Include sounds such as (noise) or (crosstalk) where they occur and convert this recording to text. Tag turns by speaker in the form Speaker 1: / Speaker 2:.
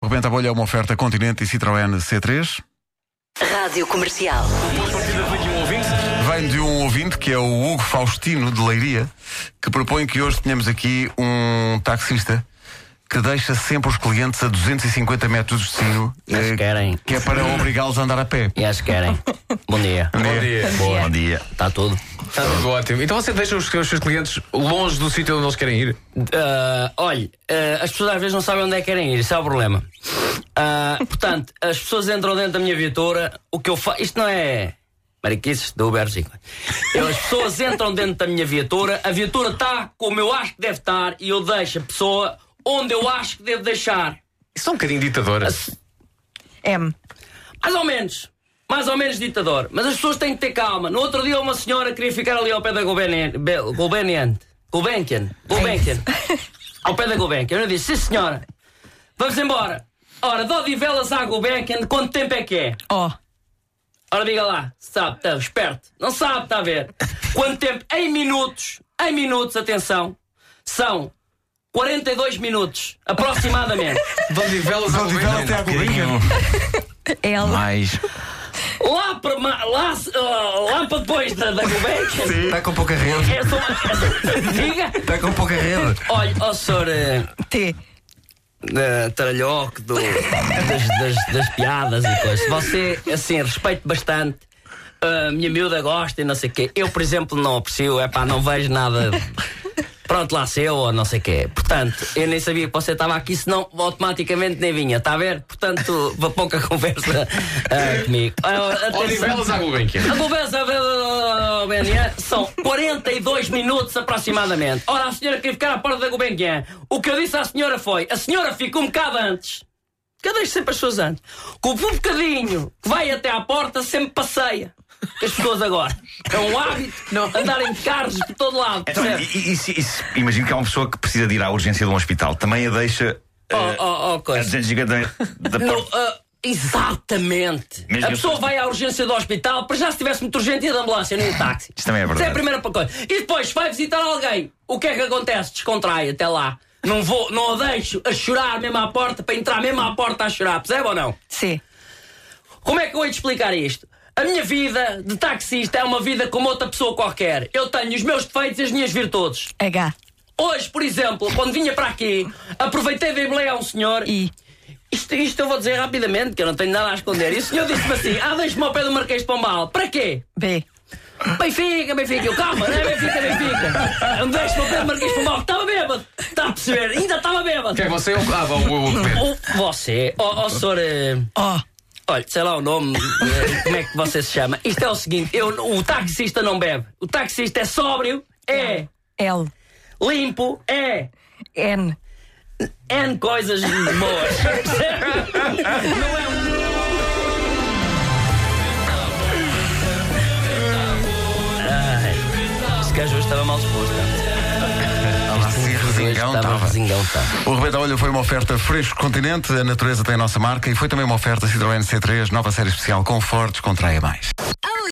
Speaker 1: O Venta Bolha é uma oferta Continente e Citroën C3.
Speaker 2: Rádio Comercial.
Speaker 1: Vem de um ouvinte que é o Hugo Faustino de Leiria, que propõe que hoje tenhamos aqui um taxista que deixa sempre os clientes a 250 metros do destino,
Speaker 3: Mas
Speaker 1: eh,
Speaker 3: querem.
Speaker 1: que é para obrigá-los a andar a pé.
Speaker 3: E acho que querem. Bom dia.
Speaker 4: Bom dia. Boa.
Speaker 3: Bom dia. Está tudo?
Speaker 4: Está tudo ótimo. Então você deixa os, os seus clientes longe do sítio onde eles querem ir?
Speaker 3: Ah, olha, ah, as pessoas às vezes não sabem onde é que querem ir, isso é o problema. Ah, portanto, as pessoas entram dentro da minha viatura, o que eu faço. Isto não é. Mariquices do Uber Zico. Eu- As pessoas entram dentro da minha viatura, a viatura está como eu acho que deve estar e eu deixo a pessoa onde eu acho que devo deixar.
Speaker 4: Isso é um bocadinho ditador.
Speaker 5: M.
Speaker 3: Mais ou menos. Mais ou menos ditador. Mas as pessoas têm que ter calma. No outro dia, uma senhora queria ficar ali ao pé da Gulbenkian. Gulbenkian. Gulbenkian. Gulbenkian. Ao pé da Gulbenkian. Eu disse, sim senhora, vamos embora. Ora, de Odivelas à Gulbenkian, quanto tempo é que é?
Speaker 5: O.
Speaker 3: Ora, diga lá. Sabe, está esperto. Não sabe, está a ver. Quanto tempo? Em minutos. Em minutos, atenção. São 42 minutos, aproximadamente.
Speaker 4: Vão de velas ao
Speaker 1: Ela
Speaker 4: Gulbenkian.
Speaker 1: Então, até à Gulbenkian.
Speaker 5: L.
Speaker 6: mais.
Speaker 3: Lá para, ma- lá, ah, lá para depois da, da Gulbenkian.
Speaker 6: Está Tá com pouca rede.
Speaker 3: É só uma... (laughs) Diga.
Speaker 6: Está com pouca rede.
Speaker 3: Olha, ó senhor eh,
Speaker 5: T.
Speaker 3: eh, tralhoque do- das, das- das piadas e coisas, você, assim, respeito bastante. A minha miúda gosta e não sei o quê. Eu, por exemplo, não aprecio, é pá, não vejo nada. Pronto, lá seu ou não sei o quê. Portanto, eu nem sabia que você estava aqui, senão automaticamente nem vinha, está a ver? Portanto, vá pouca conversa ah, comigo. Ah, atenção.
Speaker 4: Odivelas à Gulbenkian.
Speaker 3: A conversa da Gulbenkian são 42 minutos aproximadamente. Ora, a senhora queria ficar à porta da Gulbenkian. O que eu disse à senhora foi: a senhora fica um bocado antes. Que eu deixo sempre as pessoas antes. Com o bocadinho que vai até à porta, sempre passeia. As pessoas agora. É um hábito andar em carros por todo lado.
Speaker 6: Então,
Speaker 3: percebe?
Speaker 6: e- e se- e se- imagino que há uma pessoa que precisa de ir à urgência de um hospital. Também a deixa
Speaker 3: Oh, oh, oh,
Speaker 6: a
Speaker 3: coisa.
Speaker 6: 250 da
Speaker 3: Não,
Speaker 6: porta.
Speaker 3: ah, exatamente.
Speaker 6: Mesmo assim.
Speaker 3: a
Speaker 6: eu
Speaker 3: pessoa
Speaker 6: sei.
Speaker 3: vai à urgência do hospital, para já se tivesse muito urgente ia de ambulância, nem de táxi.
Speaker 6: Isso também é
Speaker 3: Isso é a
Speaker 6: verdade.
Speaker 3: primeira coisa. E depois vai visitar alguém. O que é que acontece? Descontrai até lá. Não vou, não a deixo a chorar mesmo à porta, para entrar mesmo à porta a chorar, percebe ou não?
Speaker 5: C.
Speaker 3: Como é que eu hei de explicar isto? A minha vida de taxista é uma vida como outra pessoa qualquer. Eu tenho os meus defeitos e as minhas virtudes.
Speaker 5: H.
Speaker 3: Hoje, por exemplo, quando vinha para aqui, aproveitei de emblé a um senhor
Speaker 5: I.
Speaker 3: isto, isto eu vou dizer rapidamente, que eu não tenho nada a esconder. E o senhor disse-me assim: ah, deixe-me ao pé do Marquês de Pombal. Para quê?
Speaker 5: B.
Speaker 3: Benfica, Benfica. Eu, calma, não é Benfica, Benfica. Deixe-me ao pé do Marquês de Pombal. Estava bêbado. Está a perceber? Ainda estava bêbado.
Speaker 4: Quem é você? Ah, vá, o o- o Pedro.
Speaker 3: O, você, ó ó, senhor. eh,
Speaker 5: O.
Speaker 3: Olha, sei lá o nome, eh, como é que você se chama. Isto é o seguinte: eu, o taxista não bebe. O taxista é sóbrio, é
Speaker 5: L.
Speaker 3: limpo, é
Speaker 5: N.
Speaker 3: N coisas boas. (laughs) Não é um. Ai, Esse gajo hoje estava mal disposto.
Speaker 1: Ela assim, resingão,
Speaker 3: estava tá.
Speaker 1: estava.
Speaker 3: resingão, estava.
Speaker 1: O Rebenta Olho foi uma oferta fresco continente, a natureza tem a nossa marca e foi também uma oferta Citroën C3, nova série especial Confortes, contraia mais.